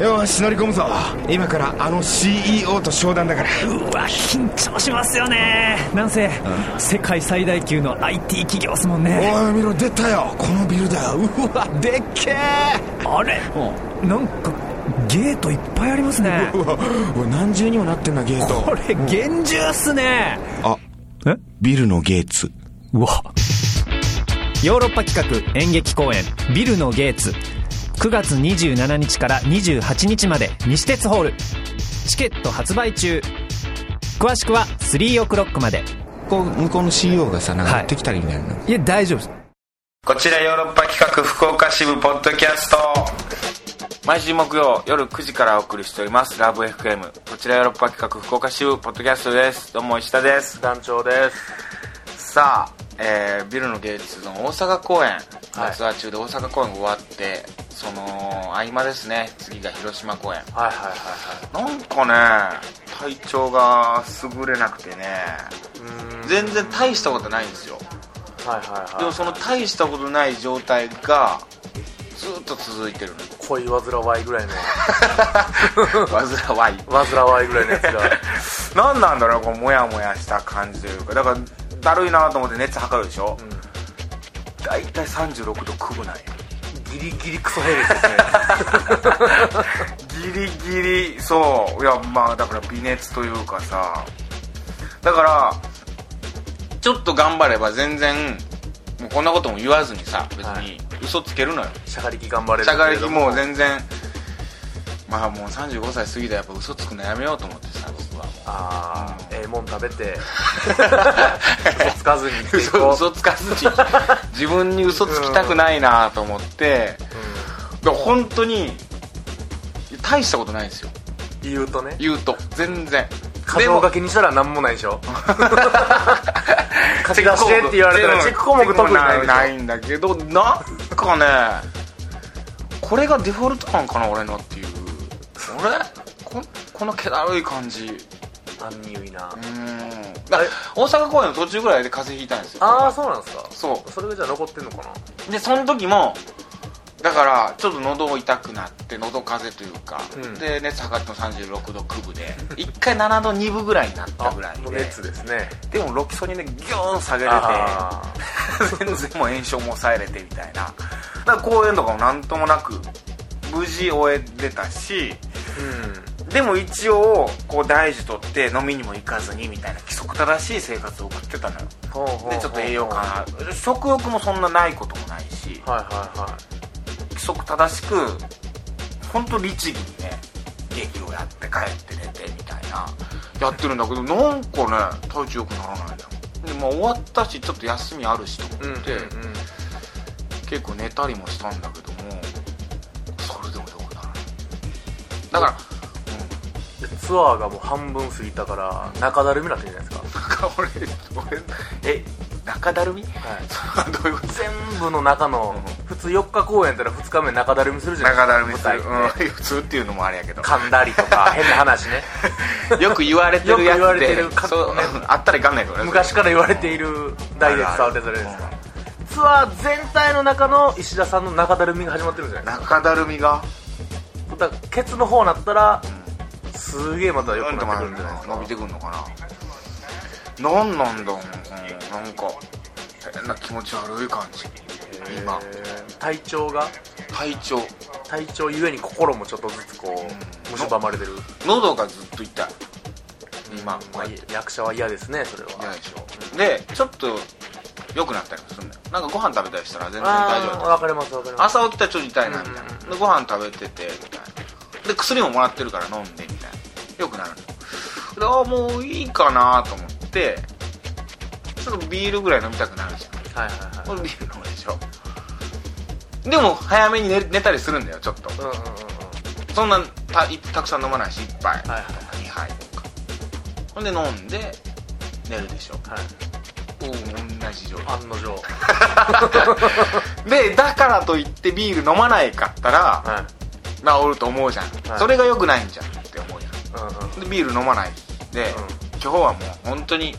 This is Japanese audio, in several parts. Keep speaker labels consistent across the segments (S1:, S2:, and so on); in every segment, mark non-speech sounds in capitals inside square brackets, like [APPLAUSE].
S1: よし乗り込むぞ今からあの CEO と商談だから
S2: うわ緊張しますよねなんせ世界最大級の IT 企業っすもんね
S1: おい見ろ出たよこのビルだようわでっけえ
S2: あれなんかゲートいっぱいありますね
S1: うわうわ何重にもなってんなゲート
S2: これ厳重っすね
S1: あ
S2: え
S1: ビルのゲーツ
S2: うわヨーロッパ企画演劇公演「ビルのゲーツ」9月27日から28日まで西鉄ホールチケット発売中詳しくは3オクロックまで
S1: こう向こうの CEO がさなんか
S2: はい
S1: やってきたりみたいない
S2: や大丈夫です
S3: こちらヨーロッパ企画福岡支部ポッドキャスト毎週木曜夜9時からお送りしておりますラブ f m こちらヨーロッパ企画福岡支部ポッドキャストですどうも石田です
S4: 団長です
S3: さあ、えービルの芸術の大阪公演
S4: はい
S3: ツアー中で大阪公演終わってその合間ですね次が広島公演
S4: はいはいは
S3: なんかね体調が優れなくてね
S4: いはいうん
S3: 全然大したことないんですよ
S4: はいはいはい
S3: でもその大したことない状態がずっと続いて [LAUGHS] るの
S4: 恋煩いぐらいの
S3: 煩わい
S4: 煩いぐらいのやつが
S3: 何なんだろうこのモヤモヤした感じというかだからだるいなと思って熱測るでしょ、大体36度くぐない
S4: ギリギリクソヘルスですね
S3: ギリギリそういやまあだから微熱というかさだからちょっと頑張れば全然もうこんなことも言わずにさ別
S4: は
S3: に
S4: い
S3: 嘘つけるのよ
S4: しゃがりき頑張れる
S3: 社会的もう
S4: 然
S3: 全然まあもう35歳過ぎたらやっぱ嘘つくのやめようと思ってさ僕はも [LAUGHS] う
S4: ああええもん食べて嘘つかずに行ってい
S3: 嘘
S4: こう
S3: 嘘つかずに自分に嘘つきたくないなと思ってで本当に大したことないんですよ
S4: うん言うとね
S3: 言うと全然
S4: 過剰書きにしたら何もないでしょ
S3: チ
S4: 貸
S3: ェ
S4: し
S3: ッ
S4: 出
S3: ク項
S4: し
S3: 目
S4: てって言われたらチェック項目特にないでしょ
S3: ないんだけどなんかねこれがデフォルトなんかな俺のっていう俺ここの気だるい感じう
S4: アンニュイな
S3: ーんだから大阪公演の途中ぐらいで風邪ひいたんですよ
S4: ああそうなんですか
S3: そ
S4: それがじゃあ残ってんのかな
S3: うでその時もだからちょっと喉痛くなって喉風邪というか、
S4: うん
S3: で熱測っても36度9分で1回7度2分ぐらいになったぐらい
S4: もう
S3: で
S4: 熱ですね
S3: でもロキソニンでギューン下げれて
S4: あー
S3: [LAUGHS] 全然もう炎症も抑えれてみたいなだから公演とかも何ともなく無事終えてたし
S4: うん
S3: でも一応こう大事とって飲みにも行かずにみたいな規則正しい生活を送ってたのよ
S4: ほうほうほう
S3: でちょっと栄養感ある食欲もそんなないこともないし
S4: はいはいはい
S3: 規則正しく本当律儀にね劇をやって帰って寝てみたいなやってるんだけどなんかね体調良くならないんだでまあ終わったしちょっと休みあるしと思って、
S4: うん
S3: 結構寝たりもしたんだけどもそれでもどうなるだから、
S4: でツアーがもう半分過ぎたから中だるみになってるじゃないですか、
S3: 俺俺え中だる [LAUGHS] みどういうこと
S4: 全部の中の
S3: う
S4: 普通4日公演やったら2日目中だるみするじゃないで
S3: 中
S4: すか
S3: だるみする、
S4: 舞台って
S3: うん、普通っていうのもあれやけど
S4: 噛んだりと
S3: [LAUGHS]
S4: か変な話ね
S3: よく言われてる
S4: よ
S3: やつ
S4: く言われ
S3: で
S4: てるか
S3: そう
S4: ね
S3: あったらいかんないけどねそれ
S4: 昔から言われているダイエットされてそれですかツアー全体の中の石田さんの中だるみが始まってるじゃないで
S3: 中だるみが
S4: すかだからケツの方なったらすげえまた良
S3: うん
S4: く
S3: と
S4: なっ
S3: ま
S4: てくるんじゃないです
S3: 伸び
S4: か
S3: てくんのかななんなんだろううんなんか変な気持ち悪い感じ今
S4: えー体調が
S3: 体調
S4: 体調ゆえに心もちょっとずつこう蝕まれてる
S3: 喉がずっと痛い今こう
S4: ま
S3: や
S4: あ
S3: って
S4: 役者は嫌ですねそれは
S3: じゃないでしょでちょっと良くなったりもするんだよなんかご飯食べたりしたら全然大丈夫だ
S4: あ
S3: っ
S4: ーわかりますわかり
S3: た
S4: ます
S3: 朝起きたらちょっと痛いなみたいな
S4: うんうん
S3: でご飯食べててみたいなで薬ももらってるから飲んでみたいな良くなるのよでああもういいかなと思ってちょっとビールぐらい飲みたくなるじゃん
S4: はいはいはい
S3: これビール飲むでしょでも早めに寝寝たりするんだよちょっと
S4: うんうんうんうん
S3: そんなたいたくさん飲まないし1杯とか
S4: はいはい
S3: 2杯とかほんで飲んで寝るでしょ
S4: はい
S3: おお同じ状態
S4: 案の定
S3: でだからといってビール飲まないかったら
S4: はい
S3: 治ると思うじゃん、
S4: はい
S3: それが良くないんじゃんって思うじゃ
S4: うんうん
S3: んでビール飲まないで、
S4: うん
S3: 今日はもう本当に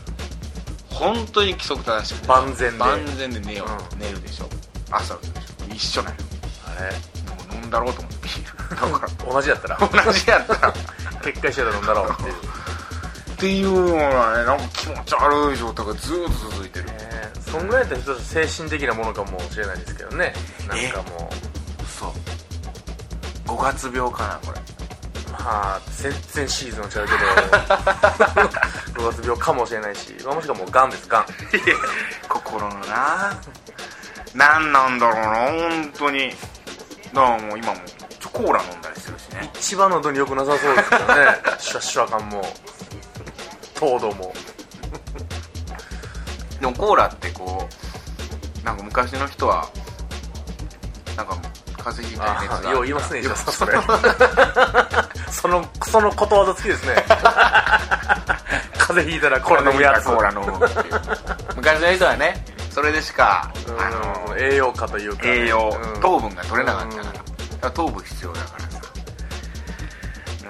S3: 本当に規則正しく
S4: 万全で
S3: 万全で寝よう、
S4: う
S3: 寝るでしょ朝起きるでしょ一緒なんよ
S4: あれ
S3: もう飲んだろうと思ってビーだか
S4: 同じやったら
S3: ら同じや [LAUGHS] ったら
S4: 結界してたら飲んだろうっていう、
S3: っていうようなねなんか気持ち悪い状態がずーっと続いてる
S4: えーそんぐらいだったら精神的なものかもしれないですけどねなんかも
S3: そう5月病かなこれ
S4: うまあ全然シーズンちゃうけど五月病かもしれないし、まあ、もしくはもうガンですガン
S3: 心のな何なんだろうな本当にだからもう今もちょコーラ飲んだりするしね
S4: 一番のどによくなさそうですけどねシュワシュワ感も糖度も
S3: でもコーラってこうなんか昔の人はなんか風邪ひいたり熱
S4: あ
S3: が
S4: よう言いますね石
S3: よ
S4: 田
S3: く
S4: さんそれそのそのことわざ好きですね風邪ひいたらコ
S3: コ
S4: ーラ飲むやつ
S3: コーラ飲むっていう昔の人はねそれでしか
S4: うん
S3: あの
S4: 栄養価というかね、
S3: 栄養、
S4: うん
S3: 糖分が取れなかったから,、糖分必要だからさ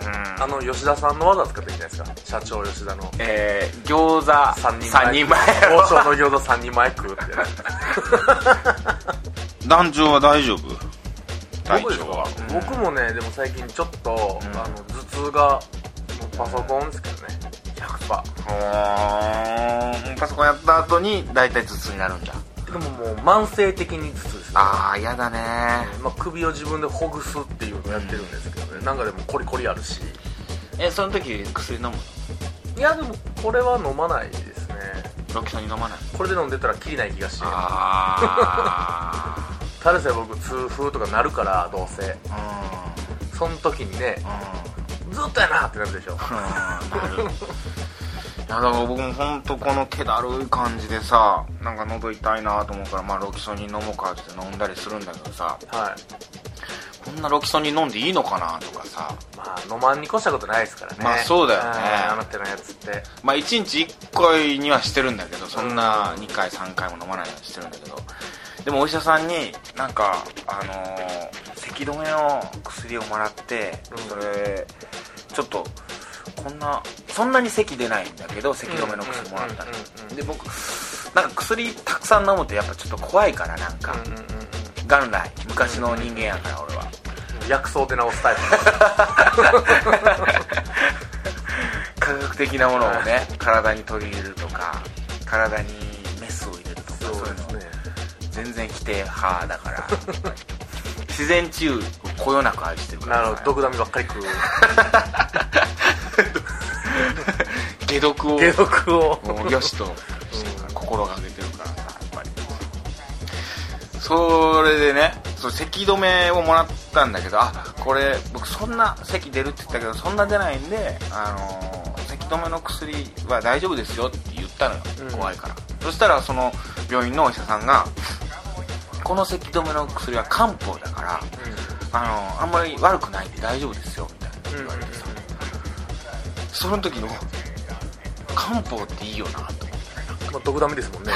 S3: うん
S4: あの吉田さんの技使っていいんじゃないですか社長吉田の
S3: えー、餃子3
S4: 3人前
S3: 三人前
S4: 王将の餃子3人前食うって
S5: 団長は大丈夫隊
S4: 僕です
S5: 長は
S4: か僕もねでも最近ちょっと、あの頭痛がもうパソコンですけどね
S3: う
S4: 100%
S3: ーんパソコンやった後に大体頭痛になるんだ
S4: でももう慢性的に頭痛ですね
S3: ああやだね
S4: まあ、首を自分でほぐすっていうのをやってるんですけどね、なんかでもコリコリあるし
S3: えその時薬飲むの
S4: いやでもこれは飲まないですね
S3: ロキソニン飲まない
S4: これで飲んでたらきりない気がして
S3: あ
S4: ただでさえ僕痛風とかなるからどうせ
S3: あ
S4: その時にね
S3: うんうん
S4: ずっとやなってなるでしょ
S3: いやだから僕も本当この気だるい感じでさなんか喉痛いなと思うからまあロキソニン飲もうかって飲んだりするんだけどさ
S4: はい
S3: こんなロキソニン飲んでいいのかなとかさ
S4: まあ飲まんに越したことないですからね
S3: まあそうだよね
S4: はいあなたのやつって
S3: まあ1日1回にはしてるんだけどそんな2回3回も飲まないようにしてるんだけどでもお医者さんになんかあのー、咳止めの薬をもらって
S4: うん
S3: それちょっとこんなそんなに咳出ないんだけど咳止めの薬もらったの
S4: うんうんうんうん
S3: で僕なんか薬たくさん飲むとやっぱちょっと怖いからなんか、
S4: うんうんうんう
S3: 元来昔の人間やから俺は
S4: ん薬草で治すタイ
S3: 科学的なものをね体に取り入れるとか体にメスを入れるとか
S4: プの
S3: そういうの
S4: そうですね
S3: 全然否定派だから自然治癒をこよなく愛してるから
S4: なるほど毒ダミばっかり食う
S3: 解毒を
S4: 解毒を
S3: もうよしとしてるから心がけてるからさやっぱりそれでねそう咳止めをもらったんだけどあこれ僕そんな咳出るって言ったけどそんな出ないんであのー咳止めの薬は大丈夫ですよって言ったのよ、
S4: うん
S3: 怖いからそしたらその病院のお医者さんがこの咳止めの薬は漢方だから、あのーあんまり悪くないんで大丈夫ですよみたいな言われてさ、その時の漢方っていいよなと
S4: まあ、毒ダミですもんね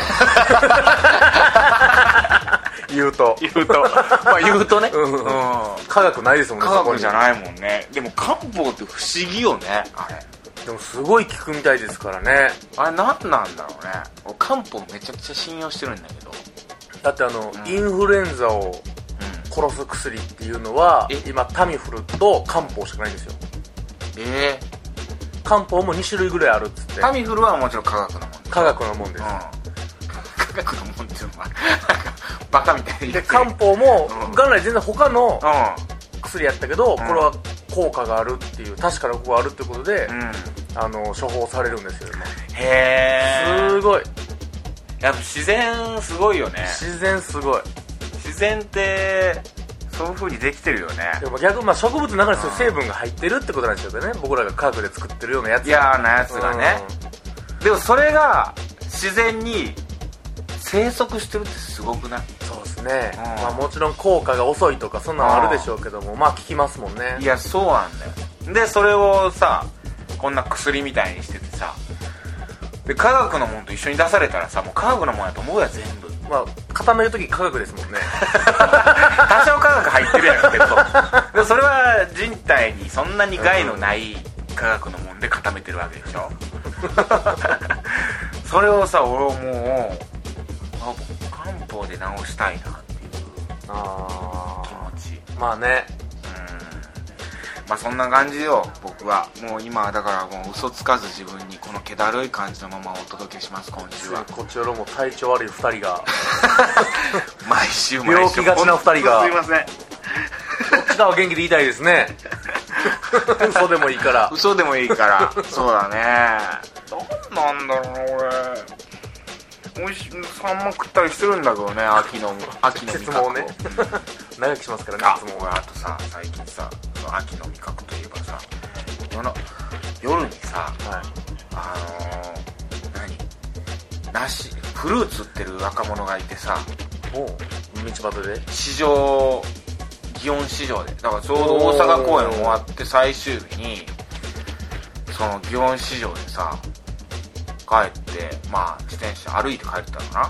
S4: 言うと
S3: 言うとまあ言うとね
S4: う
S3: [LAUGHS]
S4: ん
S3: うん
S4: 科学な
S3: [LAUGHS]
S4: いですもんね
S3: 科学じゃ
S4: い
S3: ないもんねでも漢方って不思議よねあれ
S4: でもすごい効くみたいですからね
S3: あれ何なんだろうね俺漢方めちゃくちゃ信用してるんだけど
S4: だってあの、
S3: ん
S4: インフルエンザを殺す薬っていうのは
S3: え
S4: 今タミフルと漢方しかないんですよ
S3: ええ
S4: 漢方も2種類ぐらいあるっつって
S3: タミフルはもちろん科学のもん
S4: 科学のもんです、
S3: 科学のもんっていうのはなんかバカみたいに
S4: で
S3: 言ってる
S4: 漢方も
S3: うん
S4: 元来全然他の
S3: う
S4: 薬やったけど、これは効果があるっていう確かな効果があるってことで、
S3: んうん
S4: あの処方されるんですよ今
S3: へえ
S4: すごい
S3: やっぱ自然すごいよね
S4: 自然すごい
S3: 自然ってそういう風にできてるよね
S4: でも逆、まあ、植物の中にそういう成分が入ってるってことなんでしょうけどね僕らが科学で作ってるようなやつ
S3: 嫌なやつがね、でもそれが自然に生息してるってすごくない
S4: うんそうですね、
S3: うん
S4: まあ、もちろん効果が遅いとかそんなのあるでしょうけどもまあ聞きますもんね
S3: いやそうなんだよでそれをさこんな薬みたいにしててさで科学のもんと一緒に出されたらさもう科学のもんやと思うや全部
S4: まあ固めるとき科学ですもんね
S3: 多少科学入ってるやろけどでそれは人体にそんなに害のない科学のもんで固めてるわけでし
S4: [LAUGHS]
S3: ょそれをさ俺はもうあ漢方で治したいなっていう
S4: [LAUGHS] あ
S3: 気持ち
S4: あまあね
S3: うんまあそんな感じよ僕はもう今はだからもう嘘つかず自分にこの気だるい感じのままお届けします今週は
S4: こちらも体調悪い2人 [LAUGHS] が
S3: 毎週毎週
S4: 病気がちな2人
S5: す
S4: が
S5: いません
S4: こっちらは元気でいたいです [LAUGHS] ね嘘でもいいから
S3: 嘘でもいい
S4: [LAUGHS]
S3: からそうだねなんなんだろうな俺おいしサンマ食ったりしてるんだけどね秋の秋の味
S4: 質
S3: 覚
S4: 問をね
S3: [LAUGHS]
S4: 長生きしますからね
S3: あ
S4: 質問
S3: もうあとさ最近さその秋の味覚といえばさ夜の夜にさ
S4: はい
S3: あのー、何梨フルーツ売ってる若者がいてさ
S4: もう道端で
S3: 市場祇園市場でだからちょうど大阪公演終わって最終日にその祇園市場でさ帰ってまあ自転車歩いて帰ってたのか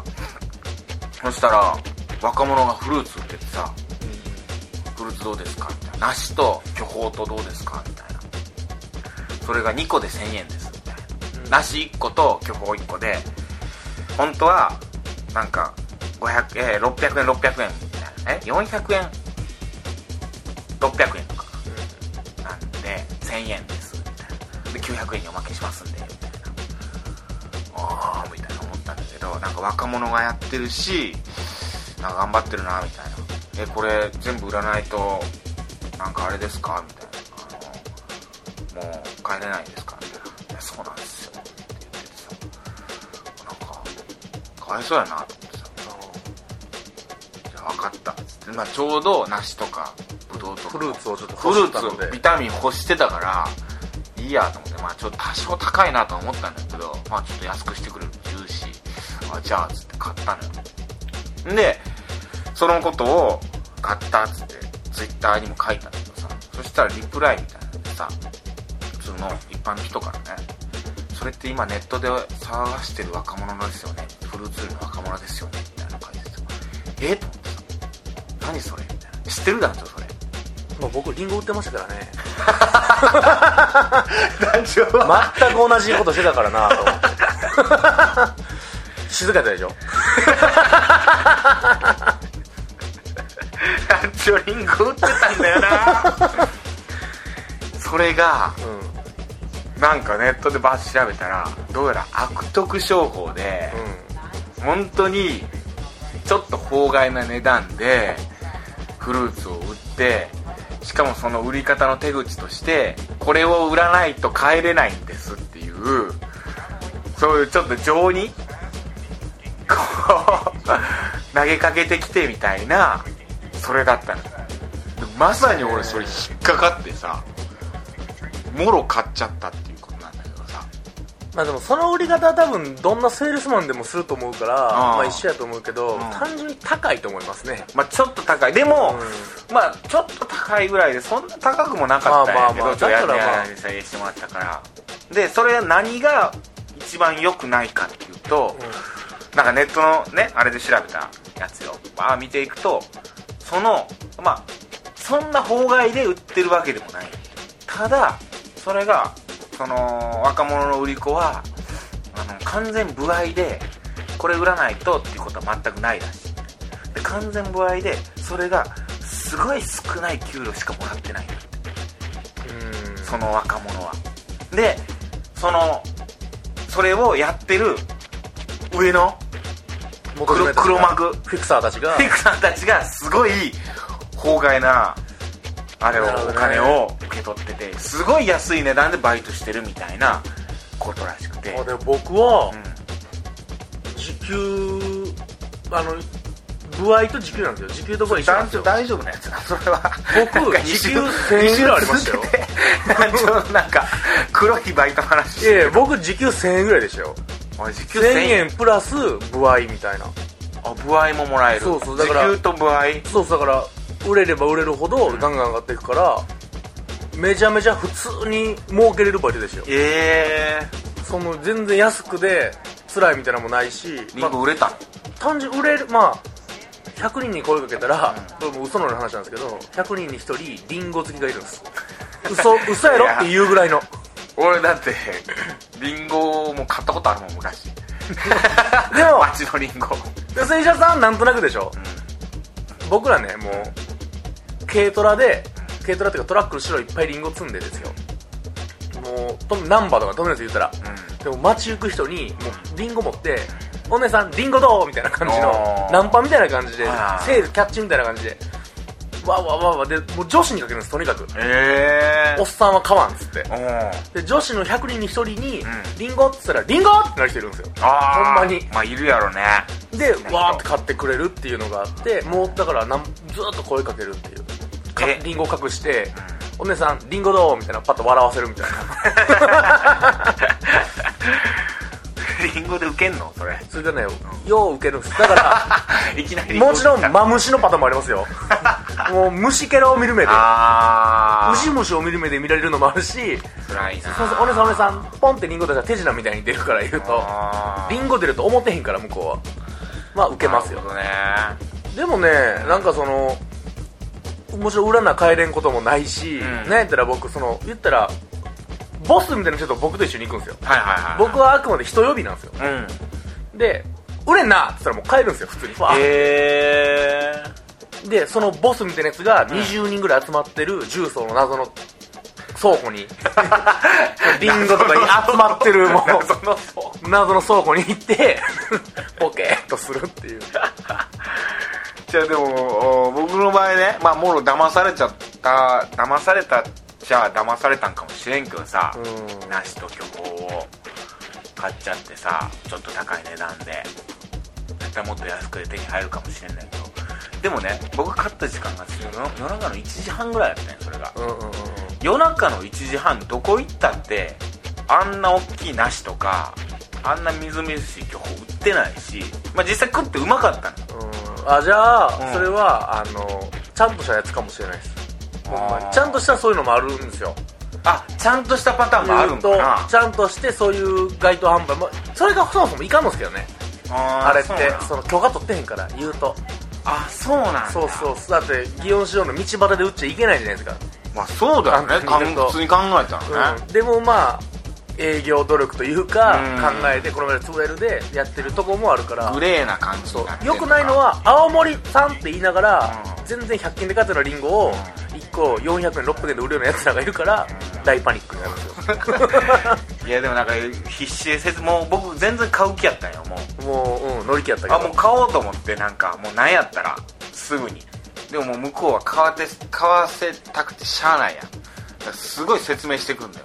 S3: なそしたら若者がフルーツ売っててさ「フルーツどうですか?」みたいな「梨と巨峰とどうですか?」みたいなそれが2個で1000円ですみたいな梨1個と巨峰1個で本当はなんか500えー600円600円みたいなえ400円600円とかなんで1000円ですみたいなで900円におまけしますんでみたいなああみたいな思ったんだけどなんか若者がやってるしなんか頑張ってるなみたいなえこれ全部売らないとなんかあれですかみたいなあのもう帰れないですかみたいないやそうなんですよって言っててさなんかかわいそうやなと思ってさじゃあ分かったっつって、まあ、ちょうど梨とかぶどうとか
S4: フルーツをちょっと
S3: フルーツ
S4: 欲しかったの
S3: を
S4: で
S3: ビタミン欲してたからいいやと思ってまあちょっと多少高いなとは思ったんだけどまあちょっと安くしてくれるって言うしあじゃあっつって買ったのよでそのことを買ったっつってツイッターにも書いたんだけどさそしたらリプライみたいなのでさ普通の一般の人からねそれって今ネットで探してる若者ですよねフルーツ売りの若者ですよねみたいな感じでさえっと思ってさ何それみたいな知ってる団長それ
S4: まあ、僕リンゴ売ってましたからね
S3: 団長は
S4: 全く同じことしてたからなと思 [LAUGHS] って静かやったでしょ
S3: 団長リンゴ売ってたんだよなそれが
S4: うん
S3: なんかネットでバーッと調べたらどうやら悪徳商法で、
S4: う
S3: 本当にちょっと法外な値段でフルーツを売ってしかもその売り方の手口としてこれを売らないと帰れないんですっていうそういうちょっと情にこう投げかけてきてみたいなそれだったのでまさに俺それ引っかかってさもろ買っちゃったっていうことなんだけどさ
S4: んまあでもその売り方は多分どんなセールスマンでもすると思うから
S3: あー
S4: まあ一緒やと思うけど、
S3: ん
S4: 単純に高いと思いますね
S3: まあ、ちょっと高いでも、
S4: う
S3: まあちょっと高いぐらいでそんな高くもなかったんやけど、
S4: まあまあまあ
S3: ちょっとや
S4: だからまあ
S3: やややしてもらったからでそれは何が一番良くないかっていうと、なんかネットのねあれで調べたやつをまあ見ていくとそのまあそんな法外で売ってるわけでもないただそれがその若者の売り子はあの完全不愛でこれ売らないとっていうことは全くないらしいで完全不愛でそれがすごい少ない給料しかもらってないんだって
S4: うん
S3: その若者はでそのそれをやってる上の
S4: 求めた
S3: 黒黒幕
S4: フィクサーたちが
S3: フィクさんたちがすごい法外なあれを
S4: なるほど
S3: お
S4: ね
S3: 金を受け取っててすごい安い値段でバイトしてるみたいなことらしくて
S4: あでも僕は
S3: うん
S4: 時給あの部合と時給なんですよ時給とこれ一緒なんですよ
S3: 大丈夫なやつなそれは
S4: 僕
S3: なんか
S4: 時
S3: 二
S4: 給1000円ぐらいありましたよ
S3: 続けて団長なんか黒いバイトの話し
S4: い
S3: て
S4: やいや僕時給1000円ぐらいでしたよ
S3: おい時給
S4: 1000
S3: 1000円
S4: 円プラス部合みたいな
S3: あ歩合ももらえる
S4: そうそうだから
S3: 時給と歩合
S4: そうそうだから売れれば売れるほどガンガン上がっていくから、めちゃめちゃ普通に儲けれるバイトですよ
S3: ええ
S4: その全然安くで辛いみたいなのもないし、
S3: リ
S4: ま
S3: ン
S4: あ、
S3: ゴ売れたの
S4: 単純に売れるまあ100人に声かけたら、これもう嘘のような話なんですけど100人に1人リンゴ好きがいるんです嘘嘘やろっていうぐらいの
S3: 俺だって [LAUGHS] リンゴも買ったことあるもん昔
S4: [LAUGHS] でも
S3: 街のリンゴ
S4: で洗車さんなんとなくでしょ、僕らねもう軽トラで軽トラっていうかトラック後ろいっぱいリンゴ積んでですよもうとナンバーとか止めるんですよ言ったら、でも街行く人にもうリンゴ持って「お姉さんリンゴどう?」みたいな感じの
S3: あー
S4: ナンパみたいな感じで
S3: あー
S4: セールキャッチみたいな感じでわわわわでもう女子にかけるんですとにかく
S3: ええ
S4: おっさんは買わんっつって
S3: うん
S4: で女子の100人に1人に
S3: ん
S4: 「リンゴ」っつったら「リンゴ!」ってなる人いるんですよ
S3: あー
S4: ほんまに
S3: まあいるやろね
S4: で
S3: 人
S4: わーって買ってくれるっていうのがあってもうだからなんずーっと声かけるっていうか
S3: え
S4: リンゴ隠して「お姉さんリンゴどう?」みたいなパッと笑わせるみたいな
S3: [LAUGHS] リンゴでウケんのそ
S4: [LAUGHS]
S3: れ
S4: それでねよう受けるんですだから
S3: いきな [LAUGHS] りリンゴ
S4: もちろん
S3: 来た
S4: マムシのパターンもあり
S3: [LAUGHS]
S4: ますよもう虫けらを見る目で
S3: ああ
S4: 虫虫を見る目で見られるのもあるし
S3: 辛いな
S4: そうそうお姉さんお姉さんポンってリンゴ出したら手品みたいに出るから言うと
S3: あー
S4: リンゴ出ると思ってへんから向こうはまあ受けますよ
S3: なるほどね
S4: でもねなんかそのもちろん裏な帰れんこともないし、
S3: ん
S4: なんやったら僕その言ったらボスみたいな人と僕と一緒に行くんですよ
S3: はいはいはい
S4: 僕はあくまで人呼びなんですよ
S3: うん
S4: で「売れんな!」っつったらもう帰るんですよ普通にわー
S3: へえ
S4: でそのボスみたいなやつが20人ぐらい集まってる重曹の謎の倉庫 [LAUGHS] にリンゴとかに集まってるもう謎の倉庫に行 [LAUGHS] ってポケーっとするっていう
S3: じゃあでもお僕の場合ねまあもろ騙されちゃった騙されたじゃあ騙されたんかもしれんけどさ
S4: うん
S3: 梨と巨峰を買っちゃってさちょっと高い値段で絶対もっと安くで手に入るかもしれんねんけどでもね僕買った時間が夜夜中の1時半ぐらいだったねそれが
S4: うんうんうん
S3: 夜中の1時半どこ行ったってあんな大きい梨とかあんなみずみずしい巨峰売ってないし、まあ、実際食ってうまかったの
S4: うんあじゃあ、
S3: うん
S4: それはあのちゃんとしたやつかもしれないですほんまにちゃんとしたそういうのもあるんですよ
S3: あちゃんとしたパターンもあるんか
S4: 言う
S3: な
S4: とちゃんとしてそういう街頭販売もそれがそもそもいかんのですけどね
S3: あー
S4: あれって
S3: そうなん
S4: その許可取ってへんから言うと
S3: あそうなんだ
S4: そうそうそうだって祇園市場の道端で売っちゃいけないじゃないですか、
S3: まあそうだよ
S4: [LAUGHS]
S3: ね
S4: 考えると
S3: 普通に考えたらね、
S4: うんでもまあ営業努力というか
S3: うん
S4: 考えてこのぐらいの 2L でやってるとこもあるから
S3: グレーな感じになって
S4: よくないのは青森産って言いながら、
S3: うん
S4: 全然100均で買ったようなリンゴを1個400円600円で売るようなやつらがいるから大パニックになるんです
S3: いやでもなんか必死で説もう僕全然買う気やったんよもう
S4: よもう、うん、乗り気やったけど
S3: あもう買おうと思ってなんかもうなんやったらすぐにでももう向こうは買わて買わせたくてしゃあないやんだからすごい説明してくんだよ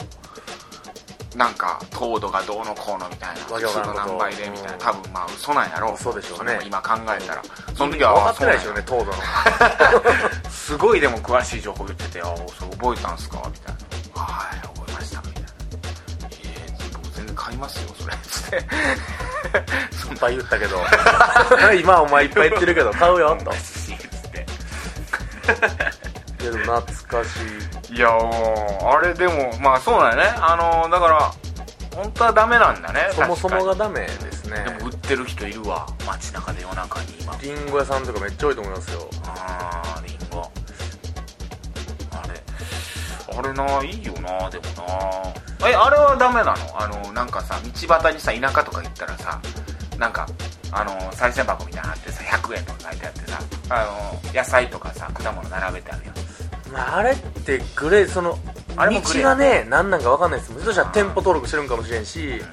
S3: なんか糖度がどうのこうのみたいな
S4: わけわ
S3: 一
S4: からん
S3: の
S4: こと
S3: 何倍でみたいな
S4: うん
S3: 多分まあ嘘なんやろ
S4: そうでしょうね
S3: れも今考えたらその
S4: 分
S3: 時は
S4: か
S3: あ
S4: ってないでし
S3: そ
S4: ょ
S3: う
S4: うん
S3: や
S4: ね糖度の
S3: すごいでも詳しい情報言ってて「あそう覚えたんすか?」みたいな「はい覚えました」みたいな「ええ僕全然買いますよそれ」つ
S4: [LAUGHS]
S3: って「そん
S4: いっぱい言ったけど [LAUGHS] 今お前いっぱい言ってるけど買うよ
S3: [LAUGHS]
S4: と
S3: なしい」つって
S4: いやでも懐かし
S3: いやもうあれでもまあそうだよねあのだから本当はダメなんだね
S4: いそもそもが
S3: 確
S4: ダメですね
S3: かにでも売ってる人いるわ街中で夜中に今
S4: リンゴ屋さんとかめっちゃ多いと思いますよ
S3: あーリンゴあれあれないいよなでもなえあれはダメなのあのなんかさ道端にさ田舎とか行ったらさなんかあの賽銭箱みたいなのあってさ100円とか書いてあってさあの野菜とかさ果物並べてあるやん
S4: まああれってグレーその
S3: あれ
S4: 道
S3: もグレー
S4: がね何なんか分かんないですもしかしたら店舗登録してるんかもしれんし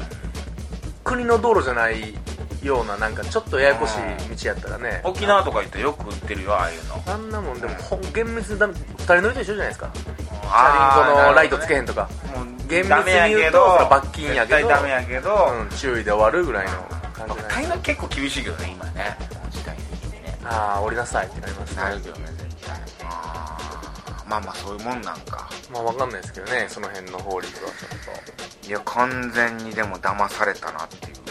S4: 国の道路じゃないようななんかちょっとややこしい道やったらね
S3: 沖縄とか行ったらよく売ってるよああいうの
S4: あんなもんでもほん厳密にダメ2人乗りと一緒じゃないですかチ
S3: あ
S4: ャ
S3: ー
S4: リンコのライ
S3: なるほど
S4: ト
S3: ね
S4: つけへんとか、
S3: もう
S4: 厳密に言うと
S3: ダメやけ
S4: そ
S3: ど
S4: れは罰金やけど
S3: 絶対ダメやけど、
S4: うん、注意で終わるぐらいの感じじゃない
S3: 大概結構厳しいけどね今ね時代的にね
S4: ああ降りなさいってなりますね
S3: なるけどね絶対あーまあまあそういうもんなんか
S4: まあ分かんないですけどねその辺の法律はちょっ
S3: いや完全にでも騙されたなっていう
S4: と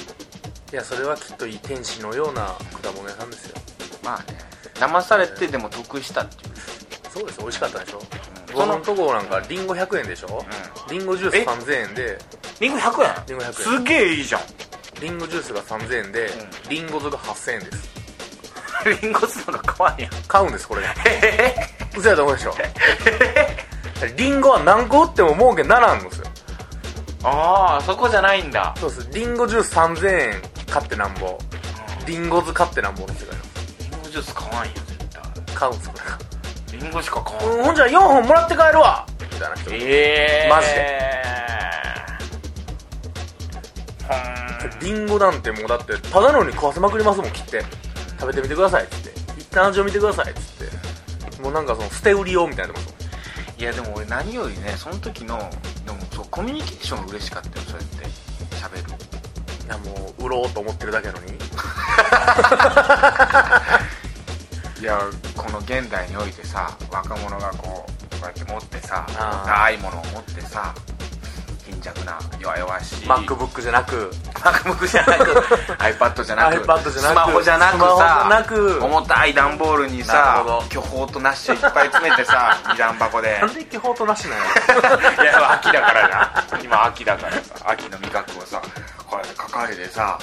S4: いやそれはきっといい天使のような果物屋さんですよ
S3: まあね騙されてでも得したっていう
S4: そうです美味しかったでしょ、
S3: うん
S4: 僕のとこなんかリンゴ100円でしょ、リンゴジュース
S3: え
S4: 3000円で
S3: リンゴ100円
S4: リンゴ100円
S3: すげえいいじゃん
S4: リンゴジュースが3000円で、リンゴ酢が8000円です
S3: [LAUGHS] リンゴ酢の方が可愛いやん
S4: 買うんですこれがうそやと思うでし
S3: [LAUGHS]
S4: ょリンゴは何個売っても儲けならんのですよ
S3: ああそこじゃないんだ
S4: そうですリンゴジュース3000円買ってなんぼリンゴ酢買ってなんぼの世界の
S3: リンゴジュース可愛いよ絶対
S4: 買うんですこれが
S3: リンゴしか買わん
S4: うんほんじゃ4本もらって帰るわみたいな人
S3: え
S4: マジ
S3: で
S4: リンゴなんてもうだってただのに食わせまくりますもん切って食べてみてくださいっつって一旦味を見てくださいっつってもうなんかその捨て売り用みたいなとこ
S3: いやでも俺何よりねその時のでもそうコミュニケーション嬉しかったよそうやって喋る
S4: いやもう売ろうと思ってるだけやのに
S3: いやこの現代においてさ若者がこうこうやって持ってさ
S4: あー
S3: 高いものを持ってさ貧弱な弱々しい
S4: MacBook じゃなく
S3: MacBook じゃなく iPad じゃなく
S4: iPad じゃなく
S3: スマホじゃなく
S4: スマホじ
S3: さ
S4: ゃなく
S3: 重たい段ボールに
S4: な
S3: さ
S4: るほど
S3: 巨峰とナッシュいっぱい詰めてさ二段箱で
S4: なんで基本となし
S3: [LAUGHS]
S4: なんや
S3: いや秋だからじゃん今秋だからさ秋の味覚をさこうやって抱えてさ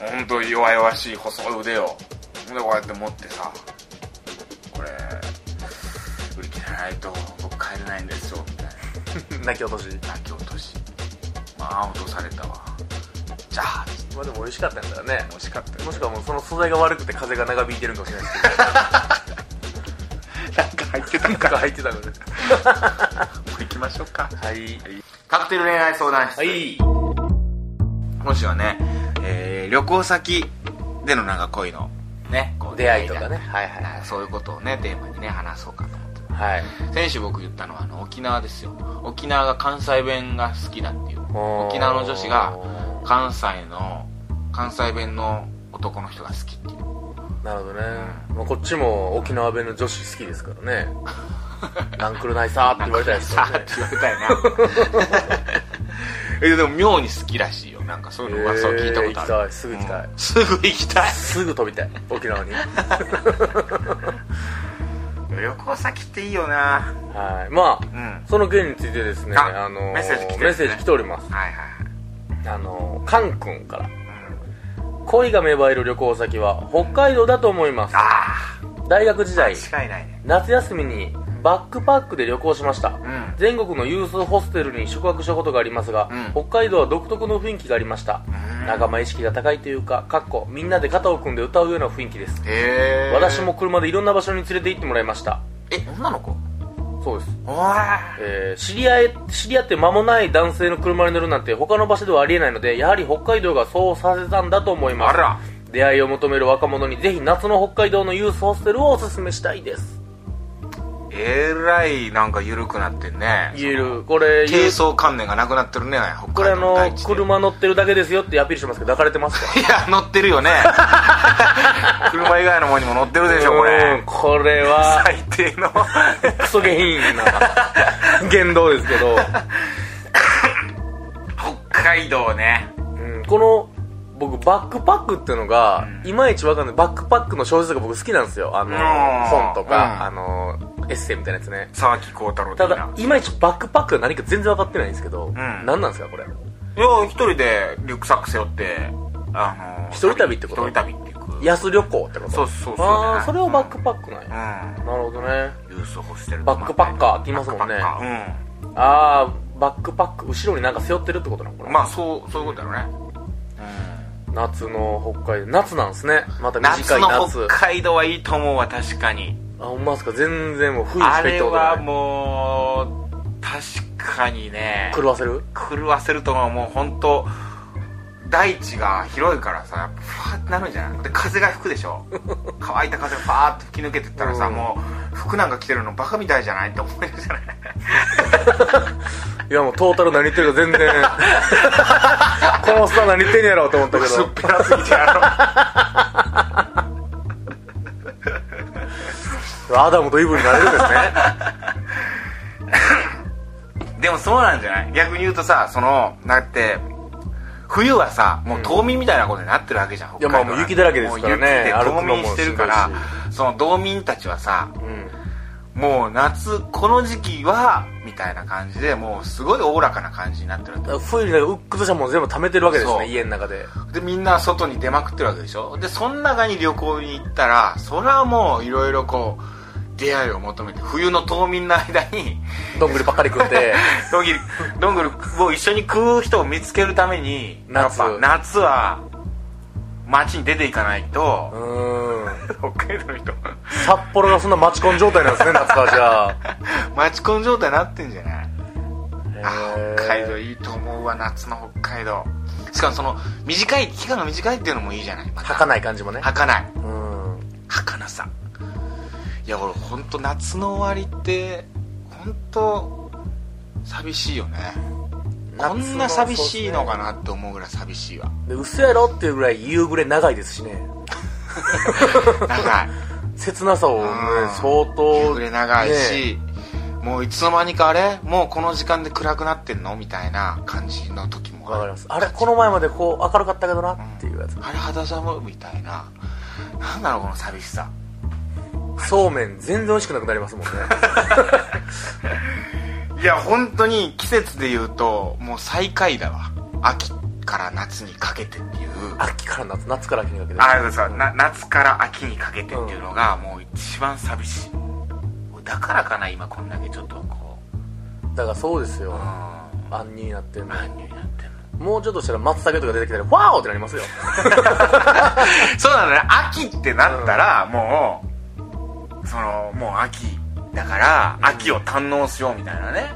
S3: ほんと弱々しい細い腕をほんでこうやって持ってさこれ売り切らないと僕帰れないんですよみたい
S4: 泣き落とし
S3: な泣き落としまあ落とされたわじゃあ
S4: まあでも美味しかったんだよね
S3: 惜しかったよ
S4: もしくはもうその素材が悪くて風が長引いてるんかもしれないです
S3: なんか入ってた
S4: けどなんか入って
S3: [LAUGHS]
S4: たので
S3: 行きましょうか
S4: はい
S3: カクテル恋愛相談室、
S4: い
S3: 今週はね、えー旅行先でのなんか恋のねこう
S4: 出会いとかね
S3: 出
S4: はいはい
S3: 会いそういうことをねテーマにね話そうかと思って
S4: はい
S3: 先週僕言ったのはあの沖縄ですよ沖縄が関西弁が好きだっていう沖縄の女子が関西の関西弁の男の人が好きっていう
S4: なるほどね、まあ、こっちも沖縄弁の女子好きですからね
S3: [LAUGHS]
S4: なんくるないさーって言われたいです
S3: さ
S4: から
S3: あっ
S4: ね
S3: て言われたいな
S4: [LAUGHS]
S3: えでも妙に好きらしいよなんかそういう噂を聞いたことある、
S4: えー行きたいすぐ行きた
S3: う
S4: い
S3: んすぐ行きたい
S4: すぐ飛びたい沖縄に
S3: 旅行先っていいよな
S4: はいまあ、
S3: ん
S4: その件についてですね
S3: あ
S4: あの
S3: メッセージ来てるね
S4: メッセージ来ております
S3: はいはい
S4: あのカン君から恋が芽生える旅行先は北海道だと思います
S3: あ
S4: 大学時代
S3: あ違いないね
S4: 夏休みにバックパックで旅行しました、
S3: ん
S4: 全国のユースホステルに宿泊したことがありますが、
S3: うん
S4: 北海道は独特の雰囲気がありました、仲間意識が高いというかかっこみんなで肩を組んで歌うような雰囲気です、
S3: へえ
S4: 私も車でいろんな場所に連れて行ってもらいました
S3: え女の子
S4: そうです、
S3: おー
S4: えー知り合い知り合って間もない男性の車に乗るなんて他の場所ではありえないのでやはり北海道がそうさせたんだと思います
S3: あら
S4: 出会いを求める若者にぜひ夏の北海道のユースホステルをおすすめしたいです
S3: えらいなんか緩くなってんね
S4: 言えるこれユ
S3: 軽
S4: ース
S3: 装観念がなくなってるね
S4: こ
S3: 北
S4: れあ
S3: 海道の
S4: の
S3: 大地で
S4: 車乗ってるだけですよってアピールしてますけど抱かれてますか
S3: いや乗ってるよ
S4: [LAUGHS]
S3: ね車以外のものにも乗ってるでしょこ
S4: うん
S3: れ
S4: これは
S3: [LAUGHS] 最低の
S4: クソ下品
S3: [LAUGHS]
S4: な言動ですけど、
S3: 北海道ね
S4: うん、この僕バックパックっていうのが、いまいちわかんないバックパックの小説が僕好きなんですよあの
S3: うん
S4: 本とか、
S3: うん
S4: あのエッセイみたいなやつね
S3: 沢木幸太郎
S4: た
S3: 的
S4: だ
S3: ない
S4: まいちバックパックが何か全然分かってないんですけど、なん、何なんですかこれ
S3: いや一人でリュックサック背負ってあの
S4: 一人旅ってこと
S3: 一人旅っていく
S4: 安旅行ってこと
S3: そうそうそう
S4: ああそれをバックパックなんや、
S3: うん
S4: なるほどね
S3: ユースホステル
S4: バックパッカーって言いますもんね
S3: バックパッカー
S4: ああバックパック後ろになんか背負ってるってことなのこ
S3: う
S4: れ
S3: んまあそうそういうことだろうね
S4: 夏の北海道夏なんですねまた短
S3: 夏
S4: い
S3: の
S4: 夏
S3: 北海道はいいと思うわ確かに
S4: あほんまっすか全然もう冬し
S3: あ
S4: か行っ
S3: れ
S4: たこと
S3: は
S4: ない
S3: もう確かにね
S4: 狂わせる
S3: 狂わせると思うもう本当大地が広いからさやっぱファーってなるんじゃないで風が吹くでし [LAUGHS] ょ乾いた風がファーって吹き抜けてったらさ、
S4: うん
S3: もう服なんか着てるのバカみたいじゃないって思えるじゃない
S4: いやもうトータル何言ってるか全 [LAUGHS] 然このおっさん何言ってんやろうと思ったけ
S3: 薄っ
S4: ど
S3: ぺらすぎてやろ
S4: アダムとイブになれるんですね
S3: [LAUGHS] でもそうなんじゃない逆に言うとさそのだって冬はさもう冬眠みたいなことになってるわけじゃん、
S4: いやまあもう雪だらけですから
S3: も
S4: ね
S3: う雪で冬
S4: 歩くの
S3: 眠
S4: も
S3: してるか
S4: しんど
S3: らその道民たちはさ
S4: うん
S3: もう夏この時期はみたいな感じでもうすごいおおらかな感じになってるわ
S4: だから冬になんか鬱屈したもん全部溜めてるわけです
S3: そう
S4: ね家の中で
S3: けでみんな外に出まくってるわけでしょでその中に旅行に行ったらそれはもういろいろこう出会いを求めて冬の冬眠の間に [LAUGHS]
S4: どんぐりばっかり食って [LAUGHS]
S3: どんぐりどんぐりを一緒に食う人を見つけるためにやっ
S4: 夏
S3: ぱ夏は街に出ていかないと [LAUGHS]
S4: うーん
S3: 北海道の人
S4: 札幌がそんな待ち込ん状態なんですね夏川じゃあ
S3: 待ち込ん状態になってんじゃないあ
S4: へー
S3: 北海道いいと思うわ夏の北海道しかもその短い期間が短いっていうのもいいじゃないまた
S4: 吐かない感じもね
S3: 儚かない
S4: うん
S3: 儚さいや俺ほんと夏の終わりって本当寂しいよねこんな寂しいのかなって思うぐらい寂しいわ
S4: で嘘やろっていうぐらい夕暮れ長いですしね
S3: 長い
S4: 切なさをね
S3: うん
S4: 相当
S3: 夕暮れ長い
S4: ね
S3: し、もういつの間にかあれもうこの時間で暗くなってんのみたいな感じの時も
S4: わかり
S3: ある
S4: ますあれこの前までこう明るかったけどなっていうやつ
S3: あれ肌寒いみたいななんだろうこの寂しさ
S4: そうめん全然美味しくなくなりますもんね [LAUGHS]
S3: いや本当に季節で言うともう最下位だわ秋から夏にかけてっていう
S4: 秋から夏夏から秋にかけて
S3: あそうそうな夏から秋にかけてっていうのがもう一番寂しいだからかな今こんだけちょっとこう
S4: だからそうですよ
S3: うん
S4: あんになってんの
S3: 乱入になってんの
S4: もうちょっとしたら松茸とか出てきたらワーオってなりますよ [LAUGHS]
S3: [LAUGHS] そうなのね秋ってなったらもうそのもう秋だから秋を堪能しようみたいなね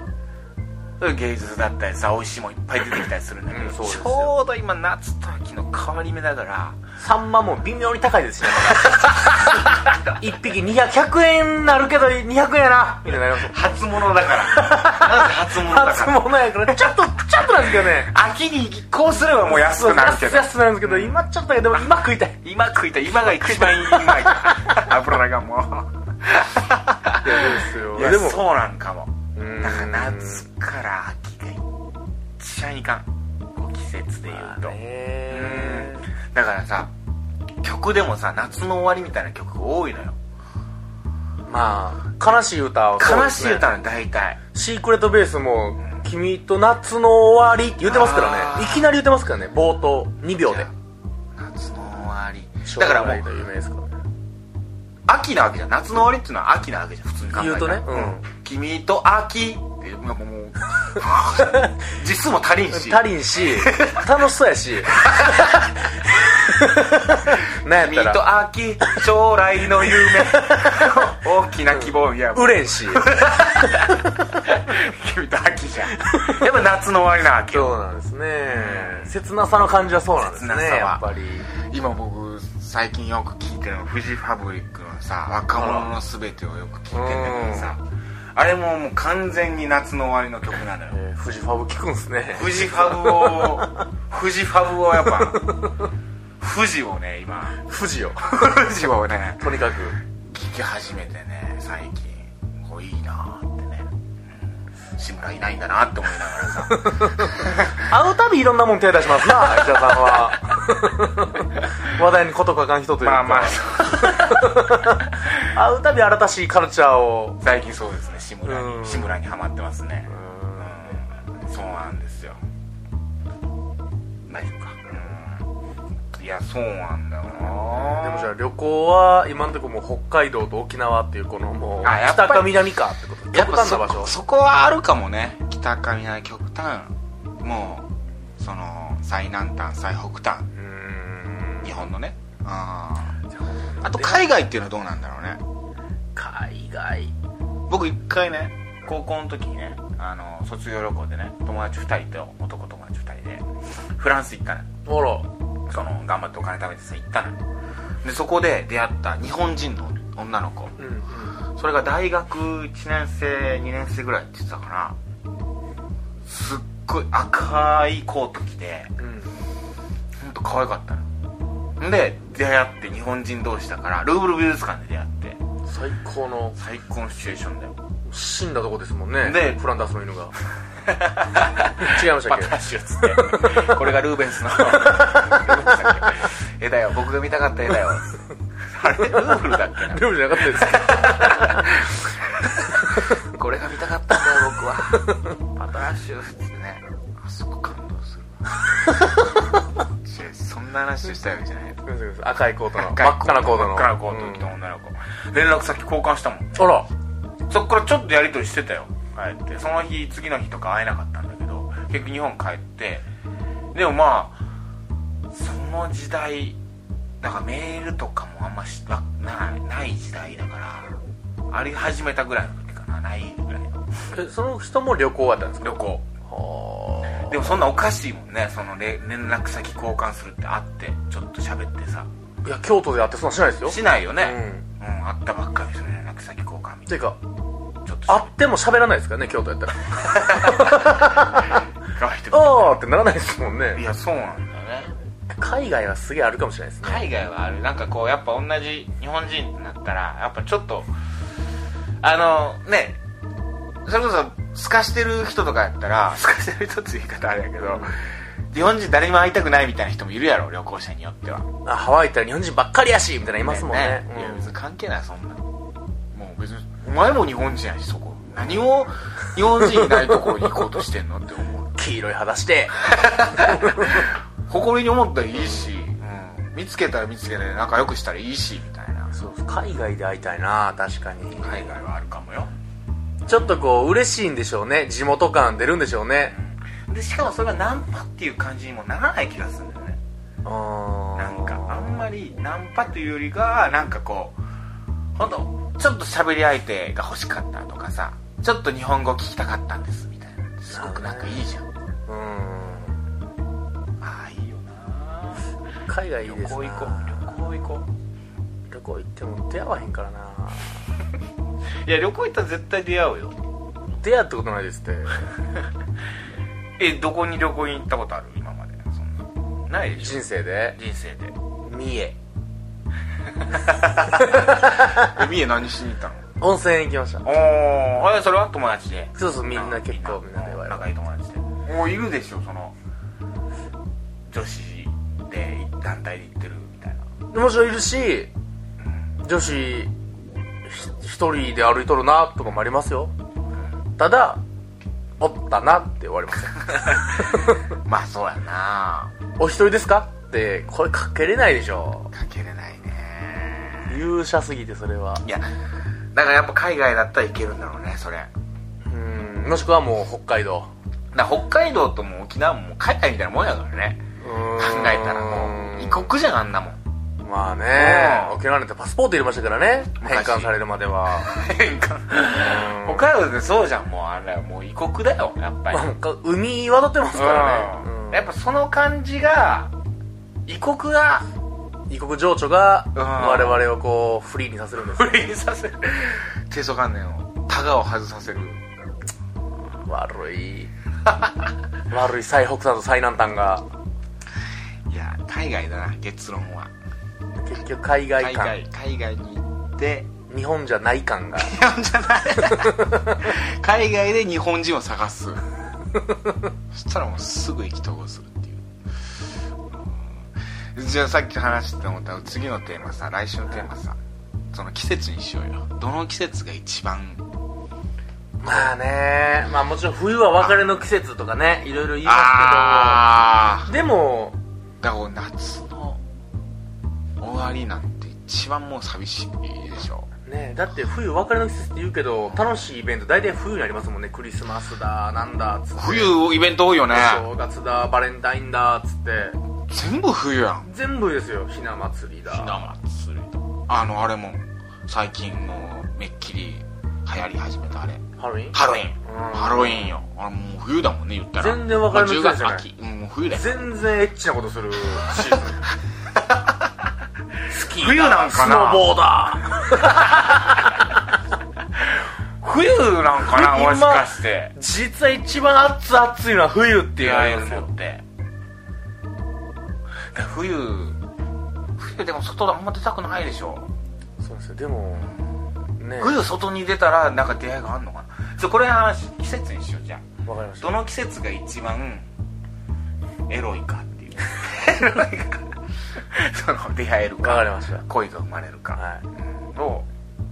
S3: そういう芸術だったりさ美味しいもんいっぱい出てきたりするんだけど、
S4: うんそうです
S3: ち
S4: よ
S3: ょうど今夏と秋の変わり目だから
S4: サンマも微妙に高いですしね [LAUGHS] まだ一匹200円なるけど200円やなみたいになりますもん
S3: 初物だから [LAUGHS] なんで初物だか
S4: 夏
S3: ら
S4: 物やからちょっとちょっとなんですけどね
S3: 秋にこうすればもう安くなるけど
S4: 安くなるんですけど今ちょっとだけどでも今食いたい
S3: 今食いたい今が一番うま [LAUGHS] い油がも
S4: いやですよ
S3: ういや
S4: でも
S3: そうなんかも
S4: うん
S3: だから夏から秋がいっちゃいかんこう季節でいうと、
S4: ね
S3: だからさ曲でもさ夏の終わりみたいな曲多いのよ
S4: まあ悲しい歌を
S3: 悲しい歌
S4: ね
S3: なの大体
S4: シークレットベースも「君と夏の終わり」って言ってますから
S3: あ
S4: ね
S3: ー
S4: いきなり言ってますからね冒頭2秒
S3: じ
S4: で
S3: ゃあ夏の終わりだからもう
S4: 有名ですからね
S3: 秋なわけじゃん夏の終わりっていうのは秋なわけじゃん普通に考えたら
S4: 言うとねうん
S3: 君と秋ってなんかもう実数も足りんし
S4: 足り
S3: [LAUGHS]
S4: んし楽しそうやし
S3: 君
S4: なんやったら
S3: と秋将来の
S4: [LAUGHS]
S3: 夢大きな希望いや
S4: うれん
S3: [LAUGHS]
S4: し
S3: 君と秋じゃんやっぱ夏の終わりな秋
S4: そうなんですね切なさの感じはそうなんですね
S3: 切なさは
S4: やっぱり
S3: 今僕最近よく聞いてるのフジファブリックのさ若者のすべてをよく聞いてんだけどさあれももう完全に夏の終わりの曲なのよ [LAUGHS]
S4: えーフジファブ聞くんすね
S3: フジファブをフジファブをやっぱフジをね今
S4: フジよ
S3: フジをね
S4: とにかく
S3: 聞き始めてね最近こういいなーってねうん志村いないんだなって思いながらさ
S4: 会うたびいろんなもん手出します
S3: [LAUGHS]
S4: な石田さんは [LAUGHS] 話題にことかかん人というか
S3: まあまあ
S4: 会うたび新たしいカルチャーを
S3: 最近そうですね志村
S4: うん
S3: に志村にハマってますねうんそうなんですよ大丈夫かうんいやそうなんだよな
S4: でもじゃあ旅行は今のところもう北海道と沖縄っていうこのもう
S3: あやっぱ
S4: 北
S3: り
S4: か南かってこと
S3: やっ
S4: 極
S3: ぱ
S4: 端
S3: そ
S4: な場所
S3: こそこはあるかもね北上南極端もうその最南端最北端
S4: うーん
S3: 日本のねああと海外っていうのはどうなんだろうね
S4: 海外
S3: 僕一回ね高校の時にねあの卒業旅行でね友達2人と男友達2人でフランス行ったの
S4: ほら
S3: その頑張ってお金貯めてさ行ったのよでそこで出会った日本人の女の子
S4: うんうん
S3: それが大学1年生2年生ぐらいって言ってたかなすっごい赤いコート着て
S4: うん
S3: ほんと可愛かったので出会って日本人同士だからルーブル美術館で出会って
S4: 最高の
S3: 最高のシチュエーションだよ
S4: 死んだとこですもんね
S3: ね
S4: フランダースの犬が違いました
S3: [LAUGHS] パ
S4: っけ
S3: タッシュっつってこれがルーベンスの [LAUGHS] ルーベンスだっけ絵だよ僕が見たかった絵だよあれルーブルだっけな
S4: 料理じゃなかったです
S3: これが見たかったんだよ僕はパトラッシュっつってねあそこ感動
S4: [LAUGHS]
S3: するわ違うそんな話をしたいわけじゃない
S4: ごめんなさいごめんなさい赤いコートの
S3: 赤い
S4: 真っ赤なコートの
S3: 真っ赤なコート着た女の子連絡先交換したもん
S4: うんあら
S3: そっからちょっとやり取りしてたよ帰ってその日次の日とか会えなかったんだけど結局日本帰ってでもまあその時代だからメールとかもあんましわないない時代だからあり始めたぐらいの時かなないぐらいの
S4: えその人も旅行だったんですか
S3: 旅行
S4: は
S3: でもそんなおかしいもんねそのれ連絡先交換するってあってちょっと喋ってさ
S4: あいや京都で会ってそんなんしないですよ
S3: しないよねうん、あったばっかりその連絡先交換みた
S4: て
S3: い
S4: いうか
S3: なちょっと
S4: 会っても喋らないですからね京都やったら
S3: かわいてくれ
S4: あーってならないですもん
S3: たい
S4: ね
S3: やそうなんだよね
S4: 海外はすげえあるかもしれないですね
S3: 海外はあるなんかこうやっぱ同じ日本人になったらやっぱちょっとあのねそれこそ透かしてる人とかやったら透かしてる人って言い方あれやけど日本人誰にも会いたくないみたいな人もいるやろ旅行者によっては
S4: あハワイ行ったら日本人ばっかりやしみたいなのいますもんね
S3: いや
S4: うん
S3: 別に関係ないそんなもう別にお前も日本人やしそこ何を日本人いないところに行こうとしてんのって思う
S4: 黄色い肌して
S3: 誇りに思ったらいいし、うん、見つけたら見つけたら仲良くしたらいいしみたいな
S4: そう海外で会いたいな確かに
S3: 海外はあるかもよ
S4: ちょっとこう嬉しいんでしょうね地元感出るんでしょうね
S3: でしかもそれがナンパっていう感じにもならない気がするんだよね
S4: あ
S3: な
S4: ー
S3: んかあんまりナンパというよりがなんかこうほんとちょっと喋り相手が欲しかったとかさちょっと日本語聞きたかったんですみたいなすごくなんかいいじゃん
S4: うん
S3: ああいいよな
S4: 海外いい
S3: 旅
S4: ですな
S3: 行行こう旅行行こ
S4: 旅行行っても出会わへんからな
S3: ういや旅行行ったら絶対出会うよ
S4: 出会ったことないですって
S3: えどこに旅行に行ったことある今までそんなないでしょ
S4: 人生で
S3: 人生で
S4: 三重
S3: 三重何しに行ったの
S4: 温泉行きました
S3: おーあれそれは友達で
S4: そうそうみんな結構みんなで言われる
S3: 仲いい友達でもういるでしょその女子で団体で行ってるみたいな
S4: もちろんいるし女子ひ一人で歩いとるなとかもありますよただおったなって言われますよ
S3: [LAUGHS] まあそうやな
S4: お一人ですかって声かけれないでしょ
S3: かけれないね
S4: 勇者すぎてそれはい
S3: やだからやっぱ海外だったらいけるんだろうねそれ
S4: うんもしくはもう北海道
S3: だから北海道とも沖縄ももう海外みたいなもんやからね
S4: 考
S3: 考えたらもう異国じゃんあんなもん
S4: まあね
S3: うん
S4: 沖縄なんてパスポート入れましたからね返
S3: 昔
S4: 還されるまではうん
S3: 北海道ってそうじゃんもうあれはもう異国だよやっぱり
S4: まあか海渡ってますからね、うん
S3: やっぱその感じが異国が
S4: 異国情緒が
S3: ん
S4: 我々をこうフリーにさせるんです
S3: 不倫させる低層観念をタガを外させる
S4: 悪い [LAUGHS] 悪い最北端と最南端が
S3: いや海外だな結論は
S4: 結局海外
S3: 海
S4: 感
S3: 外海外に行って
S4: 日本じゃない感が
S3: 日本じゃない [LAUGHS] 海外で日本人を探 [LAUGHS] すそしたらもうすぐ意気投合するっていううんじゃあさっき話して思った次のテーマさ来週のテーマさその季節にしようよどの季節が一番
S4: まあねまあもちろん冬は別れの季節とかねいろいろ言いま
S3: あ
S4: すけどでも
S3: ーだから夏の終わりなんて一番もう寂しいでしょ
S4: ねだって冬別れの季節って言うけど楽しいイベント大体冬にありますもんねクリスマスだなんだっつって
S3: 冬イベント多いよね
S4: 正月だバレンタインだっつって
S3: 全部冬やん
S4: 全部ですよひな祭りだ
S3: 祭りとあのあれも最近のめっきり流行り始めたあれ
S4: ハロウィン
S3: ハロウィン
S4: うん
S3: ハロウィンよあれもう冬だもんね言ったら
S4: 全然わかりません
S3: まあ10
S4: じゃない
S3: 月秋うんもう冬だよ
S4: 全然エッチなことするシーズ [LAUGHS] ンスキーだ
S3: 冬なんかな
S4: スノボーだ
S3: 冬なんかな
S4: 今
S3: もしかして
S4: 実は一番熱々いのは冬って
S3: 出
S4: 言わ
S3: 会え
S4: れ
S3: る
S4: ます
S3: の
S4: よ
S3: って冬冬でも外あんま出たくないでしょ
S4: そうですよでもね
S3: 冬外に出たらなんか出会いがあんのかなそうこれの話季節にしようじゃん
S4: わかりました
S3: どの季節が一番エロいか
S4: [LAUGHS]
S3: っていうエロいかその出会える
S4: わかり
S3: か
S4: ました
S3: 恋が生まれるか
S4: はい
S3: を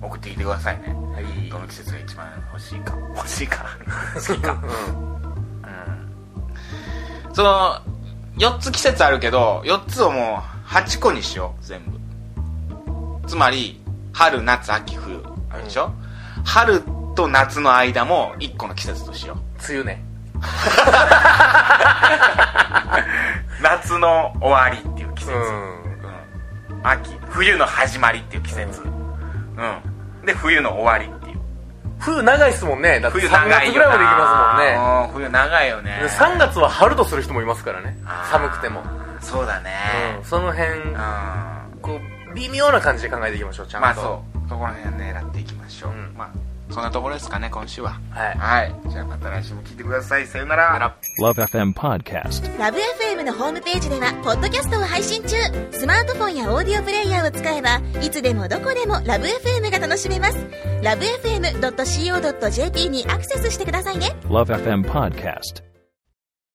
S3: 送ってきてくださいね
S4: はい
S3: どの季節が一番欲しいか欲しいか [LAUGHS] 好きかうんその4つ季節あるけど4つをもう8個にしよう全部つまり春夏秋冬あるでしょ、春と夏の間も1個の季節としよう
S4: 梅雨ね
S3: 夏の終わりっていう季節、
S4: ん
S3: うん秋冬の始まりっていう季節うんで冬の終わりっていう
S4: 冬長いっすもんねだって
S3: 冬
S4: 3
S3: 長い
S4: 月
S3: よ
S4: ぐらいまで行きますもんね
S3: もんね冬長いよね
S4: で3月は春とする人もいますからね
S3: あー
S4: 寒くても、
S3: そうだね
S4: うん、その辺
S3: うんま
S4: こう微妙な感じで考えていきましょうちゃんと、
S3: あそうそこら辺狙っていきましょう
S4: うん
S3: まあそんなところですかね今週は
S4: はい
S3: はいじゃあまた来週も聞いてくださいさよなら
S6: Love FM Podcast.
S7: ラブ f m のホームページではポッドキャストを配信中スマートフォンやオーディオプレイヤーを使えばいつでもどこでもラブ f m が楽しめますラブ FM.co.jp にアクセスしてくださいね
S6: Love FM Podcast.